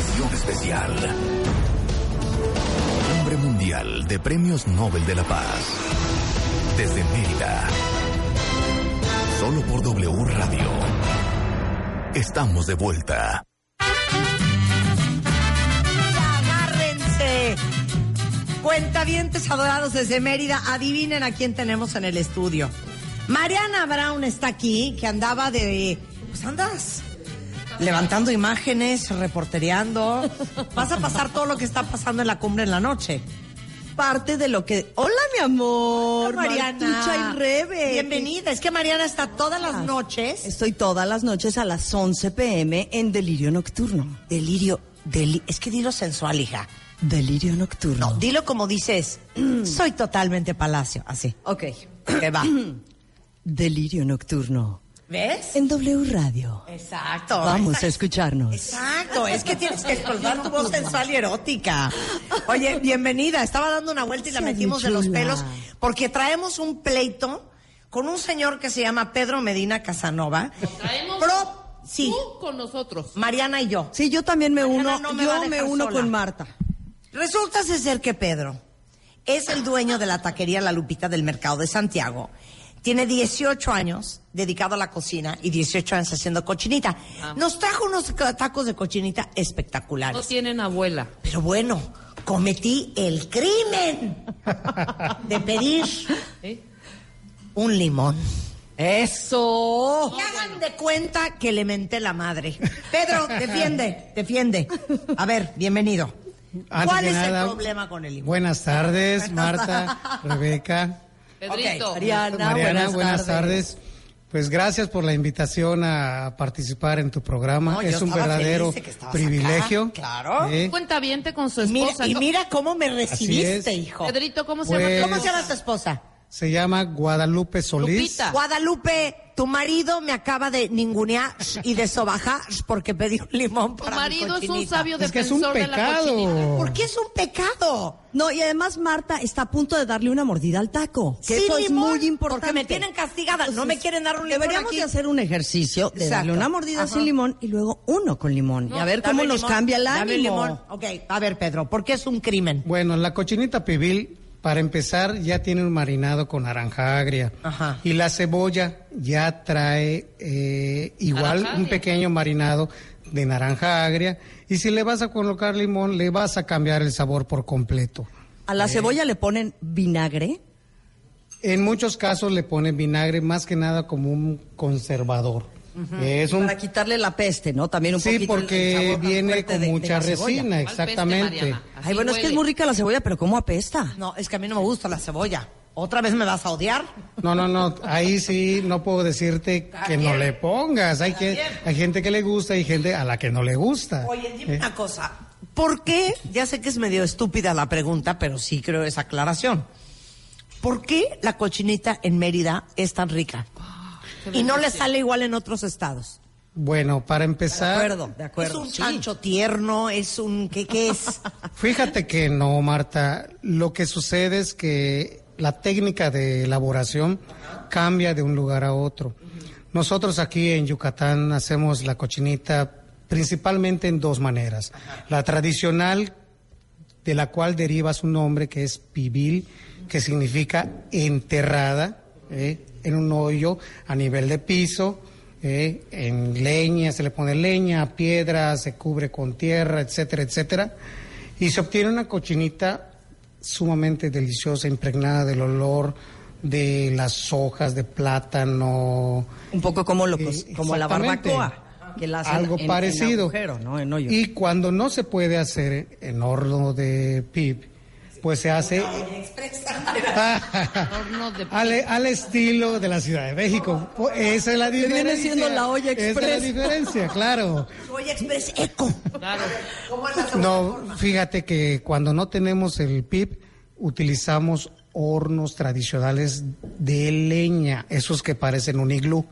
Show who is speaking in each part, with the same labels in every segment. Speaker 1: Transmisión especial. Cumbre Mundial de Premios Nobel de la Paz. Desde Mérida. Solo por W Radio. Estamos de vuelta.
Speaker 2: Agárrense. Cuentavientes adorados desde Mérida, adivinen a quién tenemos en el estudio. Mariana Brown está aquí, que andaba de. Pues andas levantando imágenes, reportereando. Vas a pasar todo lo que está pasando en la cumbre en la noche.
Speaker 3: parte de lo que. Hola, mi amor. Martucha
Speaker 2: Mariana.
Speaker 3: y Rebe.
Speaker 2: Bienvenida. Es que Mariana está todas las noches.
Speaker 3: Estoy todas las noches a las 11 pm en Delirio Nocturno.
Speaker 2: Delirio, deli- es que dilo sensual, hija.
Speaker 3: Delirio Nocturno.
Speaker 2: No, dilo como dices, soy totalmente palacio, así.
Speaker 3: Ok.
Speaker 2: Te va.
Speaker 3: Delirio Nocturno.
Speaker 2: ¿Ves?
Speaker 3: En W Radio.
Speaker 2: Exacto.
Speaker 3: Vamos a escucharnos.
Speaker 2: Exacto, es que tienes que explotar tu voz sensual y erótica. Oye, bienvenida. Estaba dando una vuelta y la
Speaker 3: Seas mi
Speaker 2: metimos de los
Speaker 3: chula.
Speaker 2: pelos porque traemos un pleito con un señor que se llama Pedro Medina Casanova.
Speaker 4: Traemos
Speaker 2: Pro, sí,
Speaker 4: tú con nosotros.
Speaker 2: Mariana y yo.
Speaker 3: Sí, yo también me
Speaker 2: Mariana
Speaker 3: uno.
Speaker 2: no me va a
Speaker 3: yo
Speaker 2: dejar
Speaker 3: me uno
Speaker 2: sola.
Speaker 3: con Marta.
Speaker 2: Resulta ser que Pedro es el dueño de la taquería La Lupita del Mercado de Santiago. Tiene 18 años dedicado a la cocina y 18 años haciendo cochinita. Nos trajo unos ca- tacos de cochinita
Speaker 4: Ah. No
Speaker 2: espectaculares.
Speaker 4: tienen abuela.
Speaker 2: Pero bueno, cometí el crimen de pedir
Speaker 4: ¿eh?
Speaker 2: un limón.
Speaker 4: Eso.
Speaker 2: Que hagan de cuenta que le menté la madre. Pedro, defiende, defiende. A ver, bienvenido.
Speaker 5: Antes
Speaker 2: ¿Cuál
Speaker 5: que
Speaker 2: es
Speaker 5: nada,
Speaker 2: el problema con el limón?
Speaker 5: Buenas tardes, Marta, Rebeca,
Speaker 4: Pedrito.
Speaker 2: Ok,
Speaker 3: Mariana,
Speaker 5: Mariana,
Speaker 3: buenas,
Speaker 5: buenas tardes. Pues gracias por la invitación a participar en tu programa.
Speaker 2: No, yo
Speaker 5: es un
Speaker 2: estaba
Speaker 5: verdadero
Speaker 2: feliz de que estabas
Speaker 5: privilegio.
Speaker 2: acá, claro.
Speaker 5: ¿eh?
Speaker 4: Cuenta bien con su
Speaker 2: Y mira,
Speaker 4: esposa.
Speaker 2: y mira cómo me recibiste,
Speaker 5: es.
Speaker 2: hijo.
Speaker 4: Pedrito, ¿cómo se
Speaker 5: Pues-
Speaker 4: llama?
Speaker 2: ¿Cómo se llama tu esposa?
Speaker 5: Se llama Guadalupe Solís.
Speaker 4: Lupita.
Speaker 2: Guadalupe, tu marido me acaba de ningunear y de sobajar porque pedí un limón
Speaker 4: Tu
Speaker 2: para mi
Speaker 4: marido es un
Speaker 2: cochinita.
Speaker 4: sabio
Speaker 5: Es que es un
Speaker 4: defensor de la
Speaker 5: pecado.
Speaker 4: cochinita.
Speaker 2: ¿Por qué es un pecado?
Speaker 3: No, y además Marta está a punto de darle una mordida al taco. Que
Speaker 2: Sin
Speaker 3: eso es
Speaker 2: limón,
Speaker 3: muy importante.
Speaker 2: Porque me tienen castigada. No me quieren dar un limón
Speaker 3: Deberíamos
Speaker 2: aquí.
Speaker 3: de hacer un ejercicio de
Speaker 2: Exacto.
Speaker 3: darle una mordida
Speaker 2: Ajá.
Speaker 3: sin limón y luego uno con limón. y a ver
Speaker 2: Dame
Speaker 3: cómo nos
Speaker 2: limón,
Speaker 3: cambia el
Speaker 2: dame
Speaker 3: ánimo.
Speaker 2: limón. Ok, a ver, Pedro, ¿por qué es un crimen?
Speaker 5: Bueno, la cochinita pibil, para empezar, ya tiene un marinado con naranja agria.
Speaker 2: Ajá.
Speaker 5: Y la cebolla ya trae eh, igual
Speaker 4: Naranja
Speaker 5: un
Speaker 4: agria.
Speaker 5: pequeño marinado de naranja agria. Y si le vas a colocar limón, le vas a cambiar el sabor por completo.
Speaker 3: A la cebolla le ponen vinagre.
Speaker 5: En muchos casos le ponen vinagre más que nada como un conservador. Es un
Speaker 3: Para quitarle la peste, ¿no? También un
Speaker 5: sí
Speaker 3: poquito el- el
Speaker 5: porque
Speaker 3: sabor tan
Speaker 5: viene
Speaker 3: fuerte
Speaker 5: con
Speaker 3: de- de
Speaker 5: mucha
Speaker 3: la cebolla.
Speaker 5: resina,
Speaker 4: ¿Cuál peste,
Speaker 5: exactamente.
Speaker 4: Mariana? Así
Speaker 3: Ay, bueno, es que es
Speaker 4: huele.
Speaker 3: muy rica la cebolla, pero ¿cómo apesta?
Speaker 2: No, es que a mí no me gusta la cebolla. ¿Otra vez me vas a odiar?
Speaker 5: No, no, no, ahí sí no puedo decirte que no le pongas. Hay que hay gente que le gusta y gente a la que no le gusta.
Speaker 2: Oye, dime
Speaker 5: Eh,
Speaker 2: una cosa. ¿Por qué? Ya sé que es medio estúpida la pregunta, pero sí creo esa aclaración. ¿Por qué la cochinita en Mérida es tan rica? Y no le sale igual en otros estados.
Speaker 5: Bueno, para
Speaker 2: Ah,
Speaker 5: empezar,
Speaker 3: de
Speaker 2: es un chancho tierno, es un... ¿Qué, qué es?
Speaker 5: Fíjate que no, Marta. Lo que sucede es que la técnica de elaboración cambia de un lugar a otro. Nosotros aquí en Yucatán hacemos la cochinita principalmente en dos maneras. La tradicional, de la cual deriva su nombre, que es pibil, que significa enterrada ¿eh? en un hoyo a nivel de piso, ¿eh? en leña, se le pone leña, piedra, se cubre con tierra, etcétera, etcétera. Y se obtiene una cochinita sumamente deliciosa, impregnada del olor de las hojas de plátano.
Speaker 3: Un poco como, lo, cos-
Speaker 5: Eh,
Speaker 3: como la
Speaker 5: exactamente.
Speaker 3: barbacoa. Que la hacen
Speaker 5: Algo
Speaker 3: en- en
Speaker 5: parecido.
Speaker 3: agujero, ¿no? En hoyo.
Speaker 5: Y cuando no se puede hacer en horno de pib, pues se hace
Speaker 4: Horno de-
Speaker 2: Ah.
Speaker 5: al, al estilo de la Ciudad de México. Po- Esa es la
Speaker 3: viene
Speaker 5: diferencia.
Speaker 3: siendo la olla
Speaker 5: Esa es
Speaker 3: express.
Speaker 5: la diferencia, claro.
Speaker 2: Soy Express Eco.
Speaker 4: Claro.
Speaker 5: No, fíjate que cuando no tenemos el PIB, utilizamos hornos tradicionales de leña, esos que parecen un iglú.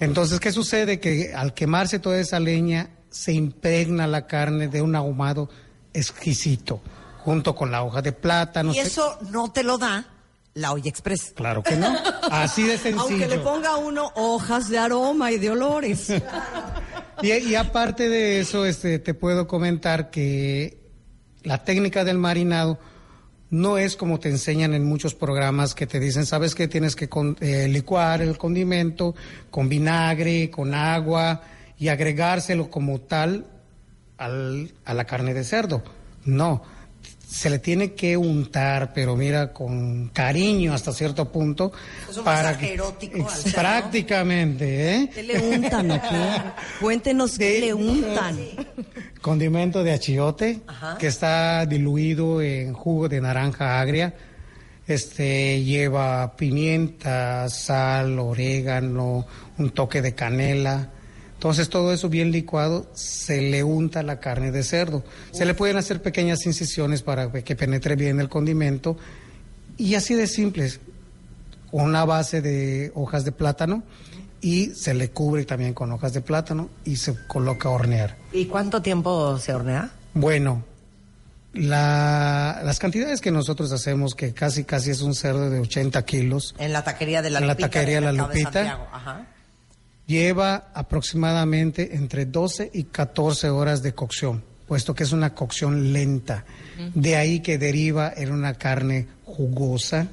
Speaker 5: Entonces, ¿qué sucede? Que al quemarse toda esa leña, se impregna la carne de un ahumado exquisito, junto con la hoja de plátano.
Speaker 2: Y
Speaker 5: se-
Speaker 2: eso no te lo da la olla express.
Speaker 5: Claro que no. Así de sencillo.
Speaker 3: Aunque le ponga uno hojas de aroma y de olores.
Speaker 5: Y, y aparte de eso, este, te puedo comentar que la técnica del marinado no es como te enseñan en muchos programas que te dicen, sabes que tienes que con- eh, licuar el condimento con vinagre, con agua y agregárselo como tal al- a la carne de cerdo. No, se le tiene que untar, pero mira, con cariño hasta cierto punto.
Speaker 2: Es un masaje
Speaker 5: que-
Speaker 2: erótico al
Speaker 5: Ex-
Speaker 2: cerdo.
Speaker 5: prácticamente, ¿eh?
Speaker 3: ¿Qué le untan aquí? Cuéntenos qué le untan.
Speaker 5: condimento de achiote que está diluido en jugo de naranja agria. Este lleva pimienta, sal, orégano, un toque de canela. Entonces todo eso bien licuado se le unta la carne de cerdo. Se le pueden hacer pequeñas incisiones para que penetre bien el condimento y así de simples. Una base de hojas de plátano y se le cubre también con hojas de plátano y se coloca a hornear.
Speaker 2: ¿Y cuánto tiempo se hornea?
Speaker 5: Bueno, la- las cantidades que nosotros hacemos, que casi casi es un cerdo de 80 kilos,
Speaker 2: En la taquería de la
Speaker 5: En la
Speaker 2: Lupita.
Speaker 5: taquería
Speaker 2: del
Speaker 5: La
Speaker 2: mercado
Speaker 5: Lupita.
Speaker 2: Santiago. Ajá.
Speaker 5: lleva aproximadamente entre 12 y 14 horas de cocción, puesto que es una cocción lenta. De ahí que deriva en una carne jugosa,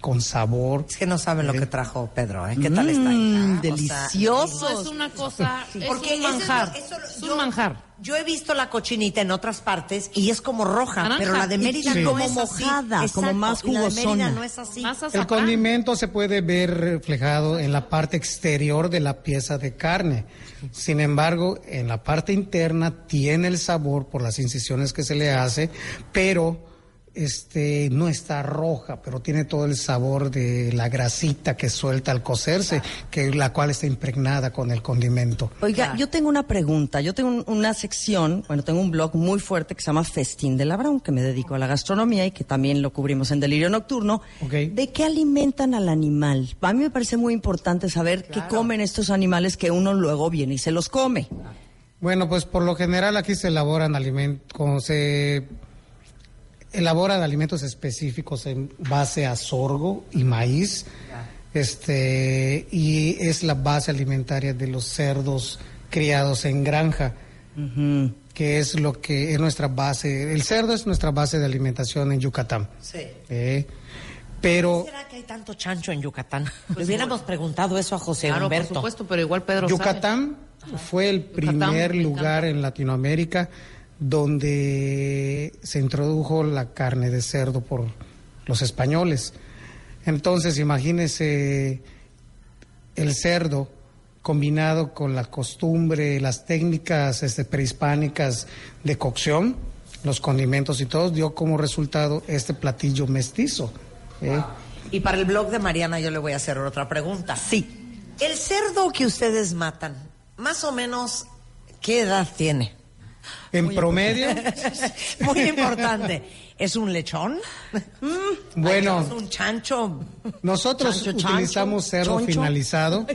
Speaker 5: con sabor.
Speaker 2: Es que no saben lo que trajo Pedro, ¿eh? ¿Qué tal está?
Speaker 3: Mm,
Speaker 2: hija? O sea,
Speaker 3: deliciosos.
Speaker 4: No, es una cosa. Es
Speaker 2: porque eso
Speaker 4: un
Speaker 2: es lo-
Speaker 4: manjar.
Speaker 2: eso lo-
Speaker 4: es
Speaker 2: yo-
Speaker 4: un manjar.
Speaker 2: Yo he visto la cochinita en otras partes y es como roja,
Speaker 4: Naranja.
Speaker 2: pero la de
Speaker 4: Y-
Speaker 2: Mérida
Speaker 5: y
Speaker 2: no
Speaker 3: como
Speaker 2: es así.
Speaker 3: mojada, como
Speaker 2: Exacto,
Speaker 3: más
Speaker 2: y La de Mérida
Speaker 3: jugosona.
Speaker 2: no es así.
Speaker 4: Más
Speaker 5: El
Speaker 4: azafrán.
Speaker 5: condimento se puede ver reflejado en la parte exterior de la pieza de carne. Sin embargo, en la parte interna tiene el sabor por las incisiones que se le hace, pero este no está roja, pero tiene todo el sabor de la grasita que suelta al cocerse, que la cual está impregnada con el condimento.
Speaker 3: Oiga, yo tengo una pregunta. Yo tengo un- una sección, bueno, tengo un blog muy fuerte que se llama Festín de la Brown, que me dedico a la gastronomía y que también lo cubrimos en Delirio Nocturno.
Speaker 5: Ok.
Speaker 3: ¿De qué alimentan al animal? A mí me parece muy importante saber qué comen estos animales que uno luego viene y se los come.
Speaker 5: Bueno, pues por lo general aquí se elaboran alimentos, como se elaboran alimentos específicos en base a sorgo y maíz, este, y es la base alimentaria de los cerdos criados en granja, que es lo que es nuestra base. El cerdo es nuestra base de alimentación en Yucatán.
Speaker 2: Sí.
Speaker 5: ¿eh? Pero
Speaker 2: ¿Por qué será que hay tanto chancho en Yucatán? Le hubiéramos preguntado eso a José
Speaker 4: Claro, por
Speaker 2: Humberto.
Speaker 4: supuesto, pero igual Pedro. sabe.
Speaker 5: Yucatán fue el
Speaker 4: Yucatán,
Speaker 5: primer
Speaker 4: me
Speaker 5: lugar en Latinoamérica donde se introdujo la carne de cerdo por los españoles. Entonces, imagínese el cerdo combinado con la costumbre, las técnicas este, prehispánicas de cocción, los condimentos y todo, dio como resultado este platillo mestizo. ¿eh?
Speaker 2: Y para el blog de Mariana yo le voy a hacer otra pregunta.
Speaker 3: Sí.
Speaker 2: El cerdo que ustedes matan, más o menos, ¿qué edad tiene?
Speaker 5: En promedio,
Speaker 2: Muy importante. ¿Es un lechón?
Speaker 5: bueno.
Speaker 2: ¿Es un chancho?
Speaker 5: Nosotros
Speaker 2: Chancho, chancho,
Speaker 5: utilizamos cerdo
Speaker 2: choncho.
Speaker 5: finalizado,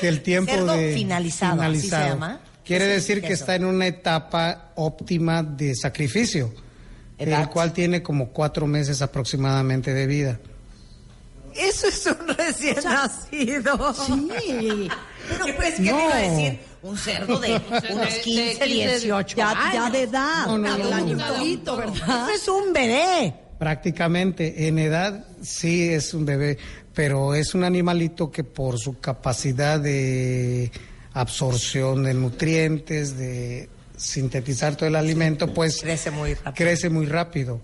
Speaker 5: que el tiempo
Speaker 2: Cerdo
Speaker 5: de
Speaker 2: finalizado, así se llama.
Speaker 5: Quiere
Speaker 2: ¿Qué
Speaker 5: decir
Speaker 2: significa
Speaker 5: que
Speaker 2: eso?
Speaker 5: está en una etapa óptima de sacrificio,
Speaker 2: Edad.
Speaker 5: el cual tiene como cuatro meses aproximadamente de vida.
Speaker 2: Eso es un recién nacido.
Speaker 3: Sí.
Speaker 2: Pero pues, ¿qué
Speaker 5: No.
Speaker 2: te iba a decir? Un cerdo de unos
Speaker 4: de
Speaker 2: 15,
Speaker 4: 15,
Speaker 2: 18
Speaker 3: Ya,
Speaker 2: años.
Speaker 3: ya de edad.
Speaker 5: No, no, no, no.
Speaker 3: animalito, ¿verdad?
Speaker 2: Eso es un bebé.
Speaker 5: Prácticamente en edad sí es un bebé, pero es un animalito que por su capacidad de absorción de nutrientes, de sintetizar todo el alimento, pues
Speaker 2: Crece muy rápido.
Speaker 5: crece muy rápido.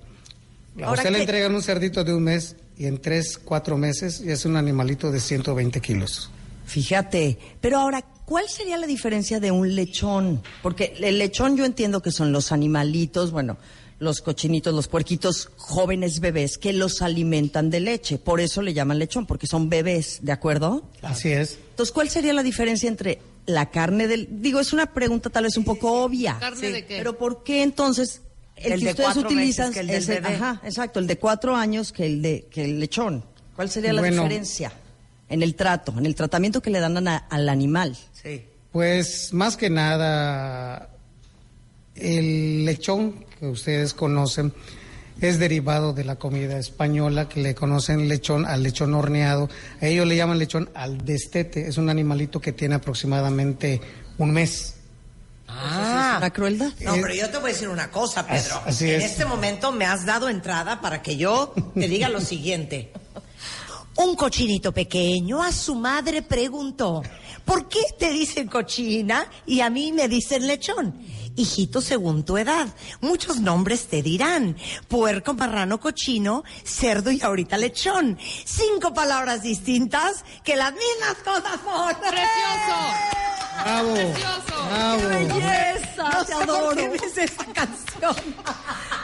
Speaker 5: A
Speaker 2: Ahora,
Speaker 5: usted le
Speaker 2: ¿qué-
Speaker 5: entregan un cerdito de un mes y en tres, cuatro meses ya es un animalito de 120 kilos.
Speaker 3: Fíjate, pero ahora, ¿cuál sería la diferencia de un lechón? Porque el lechón yo entiendo que son los animalitos, bueno, los cochinitos, los puerquitos jóvenes bebés que los alimentan de leche. Por eso le llaman lechón, porque son bebés, ¿de acuerdo?
Speaker 5: Así es.
Speaker 3: Entonces, ¿cuál sería la diferencia entre la carne del... Digo, es una pregunta tal vez un poco obvia.
Speaker 4: ¿Carne de qué?
Speaker 3: Pero ¿por qué entonces el,
Speaker 2: El
Speaker 3: que
Speaker 2: de
Speaker 3: ustedes
Speaker 2: cuatro
Speaker 3: utilizan
Speaker 2: meses que el del
Speaker 3: es el,
Speaker 2: bebé.
Speaker 3: ajá, exacto, el de cuatro años que el de que el lechón? ¿Cuál sería la
Speaker 5: Bueno.
Speaker 3: diferencia en el trato, en el tratamiento que le dan a- al animal?
Speaker 2: Sí.
Speaker 5: Pues más que nada, el lechón que ustedes conocen es derivado de la comida española que le conocen lechón al lechón horneado. A ellos le llaman lechón al destete. Es un animalito que tiene aproximadamente un mes.
Speaker 3: ¿Es una crueldad?
Speaker 2: No, pero yo te voy a decir una cosa, Pedro.
Speaker 5: Eh, Así
Speaker 2: en
Speaker 5: es.
Speaker 2: este momento me has dado entrada para que yo te diga lo siguiente. Un cochinito pequeño a su madre preguntó, ¿por qué te dicen cochina y a mí me dicen lechón? Hijito, según tu edad, muchos nombres te dirán. Puerco, marrano, cochino, cerdo y ahorita lechón. Cinco palabras distintas que las mismas cosas son.
Speaker 4: ¡Precioso!
Speaker 5: ¡Bravo!
Speaker 4: ¡Precioso!
Speaker 5: ¡Bravo!
Speaker 3: ¡Belleza!
Speaker 2: No
Speaker 3: ¡Te
Speaker 2: sé por qué
Speaker 3: adoro!
Speaker 2: me sé esa canción.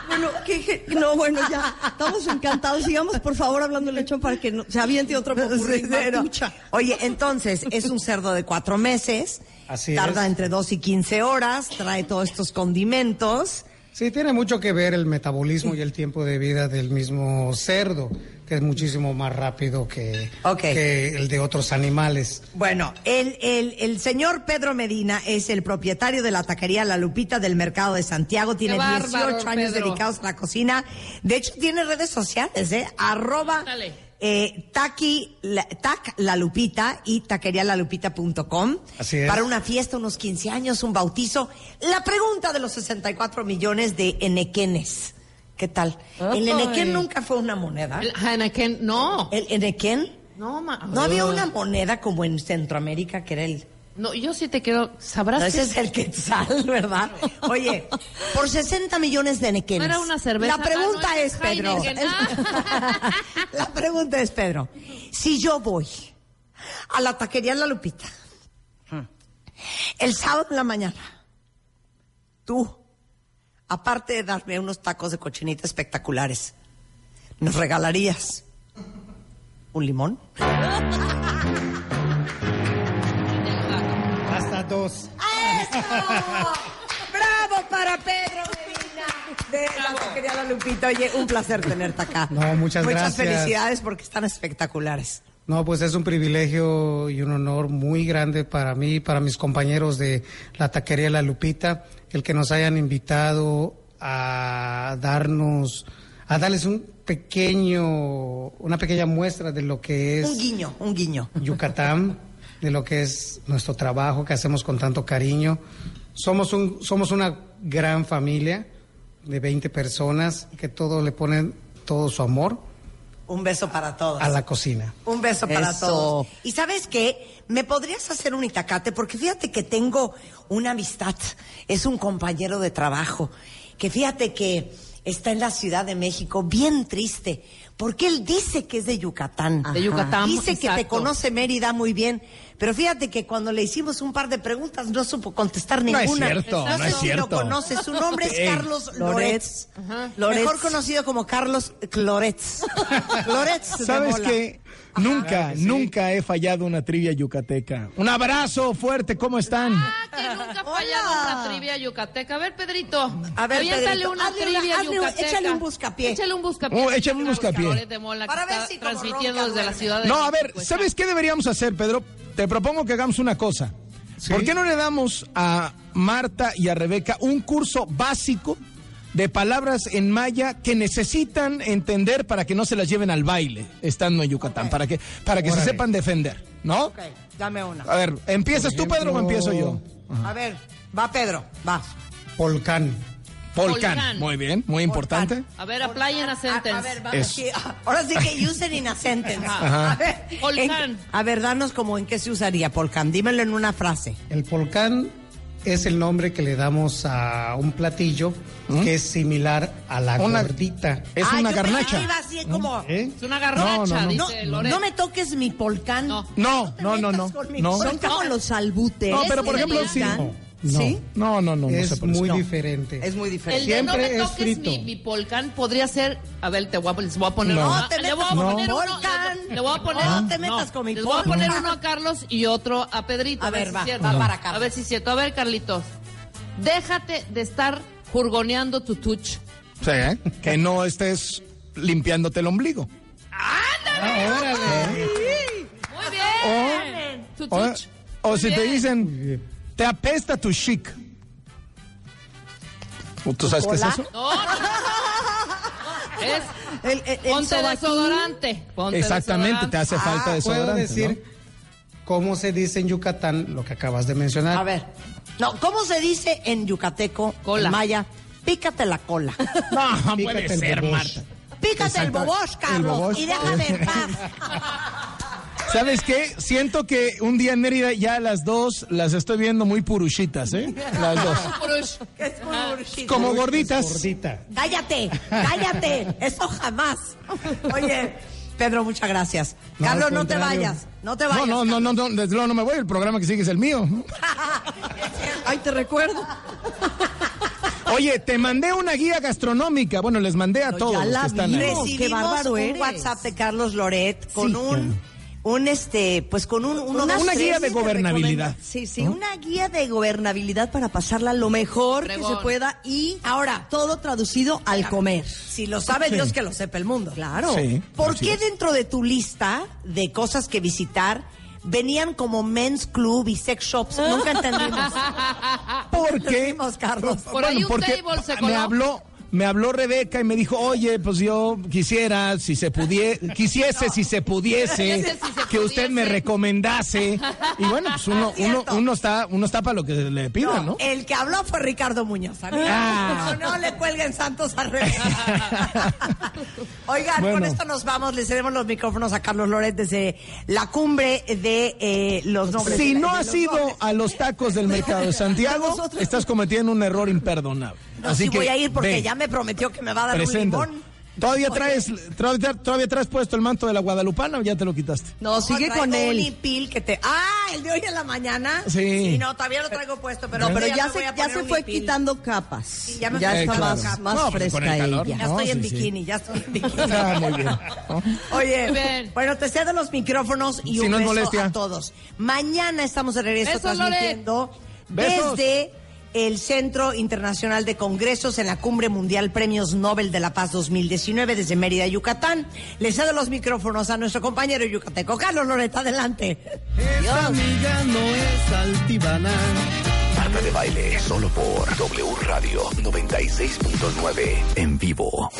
Speaker 3: Bueno, ¿qué- qué? no, bueno, ya estamos encantados. Sigamos, por favor, hablando del lechón para que no- se aviente otro popurrí,
Speaker 2: Cerdero.
Speaker 3: mapucha.
Speaker 2: Oye, entonces, es un cerdo de cuatro meses.
Speaker 5: Así
Speaker 2: tarda
Speaker 5: es.
Speaker 2: entre dos y quince horas. Trae todos estos condimentos.
Speaker 5: Sí, tiene mucho que ver el metabolismo y el tiempo de vida del mismo cerdo, que es muchísimo más rápido que,
Speaker 2: Ok.
Speaker 5: que el de otros animales.
Speaker 2: Bueno, el, el, el señor Pedro Medina es el propietario de la taquería La Lupita del Mercado de Santiago. Tiene
Speaker 4: Qué bárbaro,
Speaker 2: 18 años
Speaker 4: Pedro.
Speaker 2: dedicados a la cocina. De hecho, tiene redes sociales, ¿eh? Arroba
Speaker 4: Dale.
Speaker 2: eh, taqui, la, tac La Lupita y taquerialalupita.com.
Speaker 5: Así es.
Speaker 2: Para una fiesta, unos 15 años, un bautizo. La pregunta de los 64 millones de enequenes. ¿Qué tal? El
Speaker 4: Ay.
Speaker 2: enequén nunca fue una moneda.
Speaker 4: eh. El Heineken, no.
Speaker 2: El enequén...
Speaker 4: No, ma.
Speaker 2: No había una moneda como en Centroamérica que era el.
Speaker 4: No, yo sí te quiero. ¿Sabrás
Speaker 2: No,
Speaker 4: que
Speaker 2: ese es el quetzal, ¿verdad? Oye, por 60 millones de nequenes.
Speaker 4: ¿No era una cerveza?
Speaker 2: La pregunta
Speaker 4: Ah, no,
Speaker 2: es,
Speaker 4: es
Speaker 2: Pedro.
Speaker 4: Heineken. Ah.
Speaker 2: la pregunta es, Pedro. Si yo voy a la taquería La Lupita el sábado en la mañana, tú, aparte de darme unos tacos de cochinita espectaculares, ¿nos regalarías un limón?
Speaker 5: Hasta dos.
Speaker 2: ¡A eso! ¡Bravo para Pedro Medina! De la taquería La Lupita. Oye, un placer tenerte acá.
Speaker 5: No, muchas
Speaker 2: Muchas
Speaker 5: gracias.
Speaker 2: felicidades porque están espectaculares.
Speaker 5: No, pues es un privilegio y un honor muy grande para mí, para mis compañeros de la taquería La Lupita, el que nos hayan invitado a darnos, a darles un pequeño, una pequeña muestra de lo que
Speaker 2: Un
Speaker 5: es
Speaker 2: guiño, un guiño.
Speaker 5: Yucatán, de lo que es nuestro trabajo que hacemos con tanto cariño. Somos un, somos una gran familia de 20 personas que todos le ponen todo su amor
Speaker 2: Un beso para todos.
Speaker 5: a la cocina.
Speaker 2: Un beso para
Speaker 3: Eso.
Speaker 2: todos. Y sabes qué, me podrías hacer un itacate porque fíjate que tengo una amistad, es un compañero de trabajo, que fíjate que está en la Ciudad de México bien triste, porque él dice que es de Yucatán.
Speaker 4: De Yucatán,
Speaker 2: Dice que te
Speaker 4: exacto.
Speaker 2: conoce Mérida muy bien, pero fíjate que cuando le hicimos un par de preguntas no supo contestar
Speaker 6: No es
Speaker 2: ninguna.
Speaker 6: cierto, no
Speaker 2: sé
Speaker 6: es
Speaker 2: si lo
Speaker 6: cierto.
Speaker 2: conoces, su nombre
Speaker 6: Ey.
Speaker 2: es Carlos Loretz.
Speaker 3: Loretz.
Speaker 2: Mejor conocido como Carlos Cloretz. Cloretz de
Speaker 6: ¿Sabes
Speaker 2: bola.
Speaker 6: qué? Nunca, nunca he fallado una trivia yucateca. Un abrazo fuerte, ¿cómo están?
Speaker 4: Ah, que nunca ha fallado
Speaker 2: Hola.
Speaker 4: una trivia yucateca. A ver, Pedrito.
Speaker 2: A ver,
Speaker 4: aviéntale
Speaker 2: Pedrito,
Speaker 4: una
Speaker 2: hazle una-
Speaker 4: trivia
Speaker 2: hazle un-
Speaker 4: yucateca.
Speaker 2: échale un buscapié.
Speaker 4: Échale un buscapié.
Speaker 6: Oh, échale un buscapié.
Speaker 4: Loret de Mola, que
Speaker 2: Para ver
Speaker 4: está
Speaker 2: si como
Speaker 4: transmitiendo
Speaker 2: ronca
Speaker 4: desde la
Speaker 2: duerme.
Speaker 4: ciudad de
Speaker 6: No, a ver,
Speaker 4: México. pues.
Speaker 2: Pues,
Speaker 6: ¿sabes
Speaker 2: ah.
Speaker 6: qué deberíamos hacer, Pedro? Te propongo que hagamos una cosa.
Speaker 5: Sí.
Speaker 6: ¿Por qué no le damos a Marta y a Rebeca un curso básico de palabras en maya que necesitan entender para que no se las lleven al baile estando en Yucatán, para que, para que se
Speaker 5: Órale.
Speaker 6: sepan defender, ¿no?
Speaker 2: Ok, dame una.
Speaker 6: A ver, ¿empiezas tú, Pedro, o empiezo yo?
Speaker 2: A ver, va Pedro, va.
Speaker 5: Volcán.
Speaker 6: Volcán.
Speaker 4: Volcán.
Speaker 6: Muy bien, muy importante.
Speaker 4: A ver, apply in a sentence.
Speaker 2: A, a ver, va,
Speaker 6: Eso.
Speaker 2: sí, a- ahora sí que usen in a sentence.
Speaker 6: Ajá.
Speaker 2: A ver,
Speaker 4: Volcán.
Speaker 2: en- a ver, danos como en qué se usaría polcán. Dímelo en una frase.
Speaker 5: El volcán es el nombre que le damos a un platillo que es similar a la
Speaker 6: ¿Mm? Una-
Speaker 5: gordita.
Speaker 6: Es
Speaker 2: Ah,
Speaker 6: una
Speaker 2: yo pensé que
Speaker 6: garnacha.
Speaker 2: iba así como,
Speaker 5: ¿Eh?
Speaker 4: Es una garnacha,
Speaker 6: No, no, no.
Speaker 2: no,
Speaker 4: dice Loret.
Speaker 2: no me toques mi polcán.
Speaker 4: No.
Speaker 6: No,
Speaker 2: te
Speaker 6: no, no,
Speaker 2: metas
Speaker 6: no.
Speaker 2: con mi Este
Speaker 6: no.
Speaker 2: polcán.
Speaker 3: Son como los albutes.
Speaker 6: No, pero
Speaker 4: Eso
Speaker 6: por
Speaker 4: sería.
Speaker 6: ejemplo, si,
Speaker 3: Yucatán.
Speaker 5: No.
Speaker 2: ¿Sí?
Speaker 6: No, no, no, no se
Speaker 5: es
Speaker 6: parece.
Speaker 5: muy
Speaker 6: No.
Speaker 5: diferente.
Speaker 3: Es muy diferente.
Speaker 4: El de no me
Speaker 5: Siempre es
Speaker 4: toques mi,
Speaker 5: frito.
Speaker 4: mi volcán podría ser. A ver, te voy a, les voy a poner.
Speaker 6: No.
Speaker 4: uno.
Speaker 2: No te
Speaker 4: Le voy
Speaker 2: metas
Speaker 4: a
Speaker 2: con
Speaker 4: poner
Speaker 2: mi
Speaker 4: uno,
Speaker 2: volcán.
Speaker 4: Le voy a poner.
Speaker 2: No te metas con mi
Speaker 4: Les voy a
Speaker 2: volcán.
Speaker 4: poner uno a Carlos y otro a Pedrito.
Speaker 2: A ver,
Speaker 4: si
Speaker 2: va,
Speaker 4: es cierto.
Speaker 2: va No. para Carlos.
Speaker 4: A ver si es cierto. A ver, Carlitos. Déjate de estar jurgoneando tu touch.
Speaker 6: Sí, ¿eh? Que no estés limpiándote el ombligo.
Speaker 4: Muy
Speaker 6: Oh.
Speaker 4: bien. tu
Speaker 6: O,
Speaker 4: touch.
Speaker 6: o
Speaker 4: Muy
Speaker 6: si te
Speaker 4: bien.
Speaker 6: dicen, te apesta tu chic. ¿Tú sabes qué es eso?
Speaker 4: No, no, no, no. Es
Speaker 2: El, el- el
Speaker 4: ponte
Speaker 2: sobaquín.
Speaker 4: desodorante. Ponte
Speaker 6: Exactamente,
Speaker 4: desodorante.
Speaker 6: te hace falta
Speaker 5: Ah, puedo
Speaker 6: desodorante.
Speaker 5: decir cómo se dice en Yucatán lo que acabas de mencionar.
Speaker 2: A ver. No, ¿cómo se dice en yucateco,
Speaker 4: Cola.
Speaker 2: en maya? Pícate la cola.
Speaker 6: ¿no? No,
Speaker 5: Pícate
Speaker 6: puede
Speaker 5: el
Speaker 6: ser,
Speaker 5: bobosh.
Speaker 6: Marta.
Speaker 2: Pícate el
Speaker 6: Exacto,
Speaker 2: bobos,
Speaker 6: el
Speaker 2: Carlos,
Speaker 6: bobos.
Speaker 2: y déjame en paz.
Speaker 6: ¿Sabes qué? Siento que un día en Mérida ya las dos las estoy viendo muy purushitas, ¿eh? Las dos.
Speaker 4: Purush.
Speaker 2: Que es muy urgido.
Speaker 6: Como gorditas.
Speaker 5: Gordita.
Speaker 2: Ah, Cállate, cállate, eso jamás. Oye, Pedro, muchas gracias.
Speaker 5: No,
Speaker 2: Carlos,
Speaker 5: al
Speaker 2: no te
Speaker 5: contrario.
Speaker 2: vayas, no te
Speaker 6: No,
Speaker 2: vayas.
Speaker 6: no, no, no, no, desde luego no me voy, el programa que sigue es el mío.
Speaker 2: Ay, te recuerdo.
Speaker 6: Oye, te mandé una guía gastronómica. Bueno, les mandé a todos
Speaker 3: ya
Speaker 6: los
Speaker 3: la
Speaker 6: que están
Speaker 3: vi.
Speaker 6: ahí.
Speaker 3: Reci-
Speaker 2: Recibimos
Speaker 3: qué bárbaro
Speaker 2: un
Speaker 3: eres.
Speaker 2: WhatsApp de Carlos Loret con un, un este, pues con un, uno,
Speaker 6: Una
Speaker 2: dos, tres.
Speaker 6: guía de gobernabilidad.
Speaker 3: Sí, sí, una guía de gobernabilidad para pasarla lo mejor que
Speaker 4: Fregón.
Speaker 3: se pueda y ahora todo traducido al comer.
Speaker 2: Si lo sabe Dios que lo sepa el mundo.
Speaker 3: Claro.
Speaker 6: Sí.
Speaker 2: ¿Por
Speaker 6: así
Speaker 2: qué
Speaker 6: es.
Speaker 2: dentro de tu lista de cosas que visitar venían como men's club y sex shops? Nunca entendimos.
Speaker 6: ¿Por qué?
Speaker 2: Entendimos, Carlos.
Speaker 4: Por ahí un table se coló.
Speaker 6: me habló, me habló Rebeca y me dijo, oye, pues yo quisiera, si se pudiese, quisiese, si se pudiese,
Speaker 4: Quisiese, si se
Speaker 6: que usted me
Speaker 4: pudiese.
Speaker 6: recomendase. Y bueno, pues uno, uno,
Speaker 2: Cierto.
Speaker 6: uno está, uno está para lo que le pidan, ¿no?
Speaker 2: El que habló fue Ricardo Muñoz. amigo.
Speaker 6: Ah.
Speaker 2: No, no le cuelguen santos al revés. Oigan, con
Speaker 6: Bueno.
Speaker 2: esto nos vamos. Le cedemos los micrófonos a Carlos Loret desde la cumbre de eh, los nobles. de
Speaker 6: Si
Speaker 2: la-
Speaker 6: no
Speaker 2: de
Speaker 6: has
Speaker 2: los
Speaker 6: ido
Speaker 2: nobles.
Speaker 6: a los tacos del mercado de Santiago,
Speaker 2: Nosotros.
Speaker 6: estás cometiendo un error imperdonable.
Speaker 2: No,
Speaker 6: Así
Speaker 2: sí
Speaker 6: que
Speaker 2: voy a ir porque
Speaker 6: ve,
Speaker 2: ya me prometió que me va a dar
Speaker 6: presenta.
Speaker 2: un limón.
Speaker 6: Todavía traes, todavía, todavía traes puesto el manto de la Guadalupana o ya te lo quitaste.
Speaker 3: No, sigue
Speaker 2: traigo
Speaker 3: con
Speaker 2: un
Speaker 3: él.
Speaker 2: hipil que te... Ah, el de hoy en la mañana.
Speaker 6: Sí.
Speaker 2: no, todavía lo traigo puesto, pero,
Speaker 3: No, pero ya,
Speaker 2: me
Speaker 3: se,
Speaker 2: voy a
Speaker 3: ya
Speaker 2: poner
Speaker 3: se
Speaker 2: un
Speaker 3: fue
Speaker 2: hipil.
Speaker 3: quitando capas.
Speaker 2: ya
Speaker 3: Ya,
Speaker 2: me
Speaker 6: fui
Speaker 3: está
Speaker 6: quitando
Speaker 3: más,
Speaker 6: capas.
Speaker 3: más
Speaker 6: No, pues, con el
Speaker 3: fresca
Speaker 6: calor,
Speaker 2: Ya
Speaker 3: ella.
Speaker 6: No,
Speaker 2: estoy en
Speaker 6: sí, sí.
Speaker 2: bikini, ya estoy en bikini.
Speaker 6: Ah, muy bien. ¿no?
Speaker 2: Oye,
Speaker 4: Muy bien.
Speaker 2: bueno, te cedo los micrófonos y
Speaker 6: Si
Speaker 2: un
Speaker 6: no es
Speaker 2: beso
Speaker 6: molestia.
Speaker 2: a todos. Mañana estamos de regreso
Speaker 4: Besos, Loret.
Speaker 2: transmitiendo
Speaker 6: Besos.
Speaker 2: desde el Centro Internacional de Congresos en la Cumbre Mundial Premios Nobel de la Paz 2019 desde Mérida, Yucatán. Les cedo los micrófonos a nuestro compañero yucateco, Carlos Loreta, adelante.
Speaker 7: amiga no es altivana.
Speaker 1: Marta de Baile, solo por W Radio 96.9, en vivo.